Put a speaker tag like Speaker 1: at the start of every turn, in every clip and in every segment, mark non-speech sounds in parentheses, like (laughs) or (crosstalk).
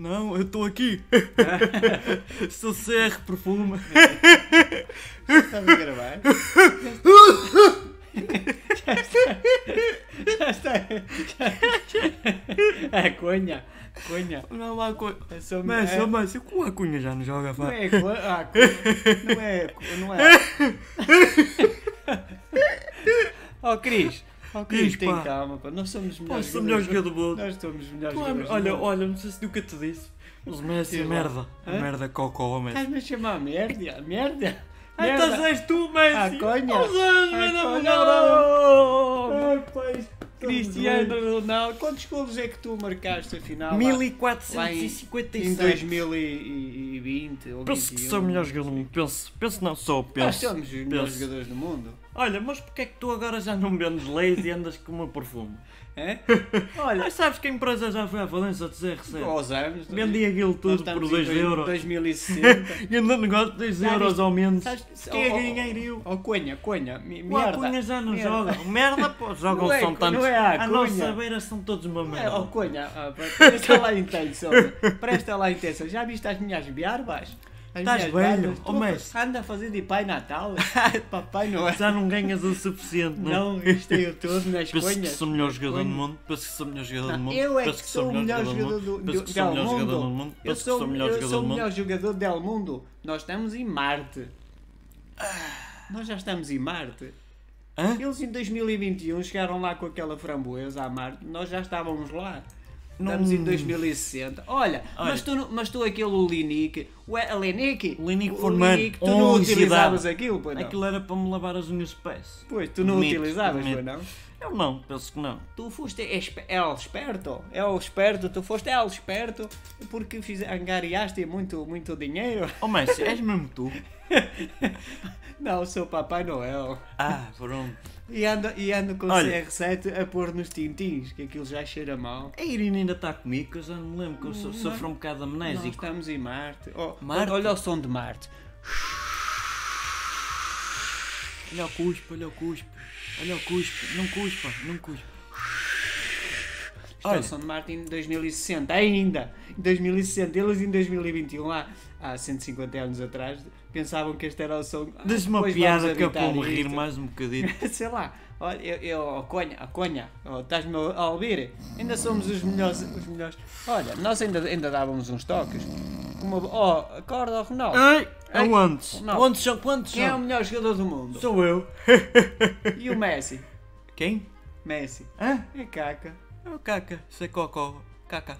Speaker 1: calma, eu estou
Speaker 2: (laughs)
Speaker 1: aqui. Sou CR Perfume.
Speaker 2: Estamos a gravar? Já está. É cunha. Cunha.
Speaker 1: Não há coisa.
Speaker 2: É só
Speaker 1: Mas,
Speaker 2: é,
Speaker 1: é... mas, com a cunha já não joga,
Speaker 2: Não
Speaker 1: pá.
Speaker 2: é cunha. Ah, cunha. Não é. cu- Não é. Oh, Cris. Oh, Cris,
Speaker 1: Cris,
Speaker 2: tem
Speaker 1: pá.
Speaker 2: calma, pá. Nós somos melhores.
Speaker 1: Nós somos melhores
Speaker 2: jogadores.
Speaker 1: jogador do mundo.
Speaker 2: Nós somos melhores.
Speaker 1: Tu lembra-
Speaker 2: jogadores do
Speaker 1: Olha,
Speaker 2: mundo.
Speaker 1: olha, não sei se o que eu te disse. Mas o Messi é
Speaker 2: Sim,
Speaker 1: merda.
Speaker 2: Hã?
Speaker 1: Merda cocó, Messi.
Speaker 2: Estás-me a chamar merda? Merda?
Speaker 1: Ah, então
Speaker 2: Merda?
Speaker 1: és tu, Messi. Oh,
Speaker 2: Ah, cunha.
Speaker 1: Os anos,
Speaker 2: Ah,
Speaker 1: vai dar
Speaker 2: cunha.
Speaker 1: melhor.
Speaker 2: Ah, pois.
Speaker 1: Cristiano
Speaker 2: Cristiano Ronaldo, quantos golos é que tu marcaste afinal? Em
Speaker 1: 1456.
Speaker 2: 2020 ou
Speaker 1: Penso que sou o melhor jogador do mundo. Penso, penso não, só
Speaker 2: Nós
Speaker 1: penso.
Speaker 2: somos Ah, os melhores
Speaker 1: Penso.
Speaker 2: jogadores do mundo.
Speaker 1: Olha, mas porque é que tu agora já não vendes leis e andas com o meu perfume? (laughs)
Speaker 2: É?
Speaker 1: Olha, sabes que a empresa já foi à falência de CRC?
Speaker 2: Aos anos. nós-
Speaker 1: Vendi aquilo
Speaker 2: nós
Speaker 1: tudo
Speaker 2: estamos
Speaker 1: por
Speaker 2: em
Speaker 1: 2
Speaker 2: dois-
Speaker 1: euros. (laughs)
Speaker 2: 2060.
Speaker 1: E ainda negócio de 2
Speaker 2: Sabes-
Speaker 1: euros ao menos.
Speaker 2: Sabes-
Speaker 1: Quem é
Speaker 2: oh, oh,
Speaker 1: dinheirinho?
Speaker 2: Oh, Cunha, Cunha, mi- É,
Speaker 1: O Acunha
Speaker 2: merda.
Speaker 1: já não
Speaker 2: Merda.
Speaker 1: joga. Merda, pô, jogam
Speaker 2: Não é-
Speaker 1: são
Speaker 2: não
Speaker 1: tantos.
Speaker 2: é
Speaker 1: a
Speaker 2: Acunha.
Speaker 1: nossa beira são todos uma
Speaker 2: É, oh,
Speaker 1: merda.
Speaker 2: Cunha, ah, pá, presta lá
Speaker 1: (laughs)
Speaker 2: a intenção. Presta lá a intenção. Já viste as minhas biarbas? As
Speaker 1: Estás
Speaker 2: minhas
Speaker 1: velho,
Speaker 2: barbas?
Speaker 1: oh,
Speaker 2: Tu
Speaker 1: mas-
Speaker 2: Anda a fazer de Pai
Speaker 1: (laughs)
Speaker 2: Natal. Papai Noel.
Speaker 1: Já não ganhas o suficiente, né?
Speaker 2: Não, isto é eu todo nas
Speaker 1: Penso que
Speaker 2: cunhas.
Speaker 1: sou o melhor jogador do
Speaker 2: Cunha.
Speaker 1: mundo. Penso que sou o melhor jogador do
Speaker 2: Não,
Speaker 1: mundo.
Speaker 2: eu é
Speaker 1: Penso
Speaker 2: que sou o melhor jogador do
Speaker 1: mundo. Penso
Speaker 2: do-
Speaker 1: que sou o
Speaker 2: del
Speaker 1: melhor jogador do
Speaker 2: mundo.
Speaker 1: mundo.
Speaker 2: Eu
Speaker 1: Penso que sou o melhor
Speaker 2: eu
Speaker 1: jogador
Speaker 2: sou
Speaker 1: do
Speaker 2: o melhor
Speaker 1: mundo.
Speaker 2: jogador del mundo. Nós estamos em Marte. Nós já estamos em Marte.
Speaker 1: Hã?
Speaker 2: Eles em 2021 chegaram lá com aquela framboesa a Marte. Nós já estávamos lá.
Speaker 1: Não-
Speaker 2: Estamos em 2060. Olha, mas tu, não- mas tu aquele Linique. Ué, a Linique?
Speaker 1: Linique
Speaker 2: O
Speaker 1: for man,
Speaker 2: tu não
Speaker 1: honestidade.
Speaker 2: utilizavas aquilo, pois não?
Speaker 1: Aquilo era para me lavar as unhas de pés.
Speaker 2: Pois, tu não
Speaker 1: Mito,
Speaker 2: utilizavas,
Speaker 1: mito.
Speaker 2: pois não?
Speaker 1: Eu não, penso que não.
Speaker 2: Tu foste espe- el esperto, el esperto, tu foste el esperto porque fiz, angariaste muito, muito dinheiro. (laughs)
Speaker 1: Oh Messi, és mesmo tu?
Speaker 2: Não, sou Papai Noel.
Speaker 1: Ah, pronto.
Speaker 2: E ando, e ando com o
Speaker 1: Olha.
Speaker 2: CR7 a pôr nos tintins, que aquilo já cheira mal.
Speaker 1: A Irina ainda está comigo, que eu já me lembro que eu so- sofro um bocado de
Speaker 2: Nós
Speaker 1: amnésico.
Speaker 2: estamos em Marte. Oh,
Speaker 1: Marte?
Speaker 2: Olha o som de Marte.
Speaker 1: Olha o cuspo, olha o cuspo. Olha o cuspo. Não cuspa, não cuspa.
Speaker 2: Isto é
Speaker 1: Olha,
Speaker 2: o som de Marte em 2060, ainda. Em 2060, eles em 2021, lá, um, há 150 anos atrás, pensavam que este era o som. Ah,
Speaker 1: diz uma
Speaker 2: depois vamos
Speaker 1: piada que eu
Speaker 2: habitar
Speaker 1: vou me rir
Speaker 2: isto.
Speaker 1: mais um bocadinho.
Speaker 2: (laughs) Sei lá, olha, eu, eu oh, Conha, oh, Conha, oh, estás-me a a ouvir? Ainda somos os melhores, os melhores. Olha, nós ainda, ainda dávamos uns toques. Uma, oh, acorda, oh,
Speaker 1: (laughs)
Speaker 2: Ronaldo.
Speaker 1: Ai,
Speaker 2: Ai,
Speaker 1: aonde?
Speaker 2: não.
Speaker 1: Quantos são? Quantos
Speaker 2: Quem é o
Speaker 1: são?
Speaker 2: melhor jogador do
Speaker 1: (laughs)
Speaker 2: mundo?
Speaker 1: Sou eu.
Speaker 2: E o Messi?
Speaker 1: Quem?
Speaker 2: Messi.
Speaker 1: Hã?
Speaker 2: É caca.
Speaker 1: É o Caca. Sei Cocó. Caca.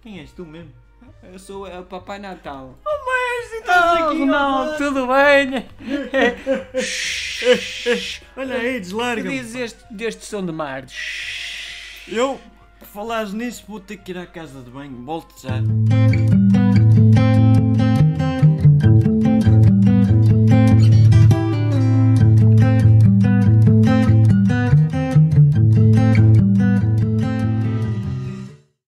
Speaker 1: Quem és tu mesmo?
Speaker 2: Eu sou eh, o Papai Natal.
Speaker 1: Oh Messi,
Speaker 2: Oh, Ronaldo, tudo bem?
Speaker 1: Eh, Olha aí,
Speaker 2: Que
Speaker 1: deslarga-me.
Speaker 2: dizes este- deste som de Marte?
Speaker 1: Eu, por falares nisso, vou ter que ir à casa de banho. Volto já.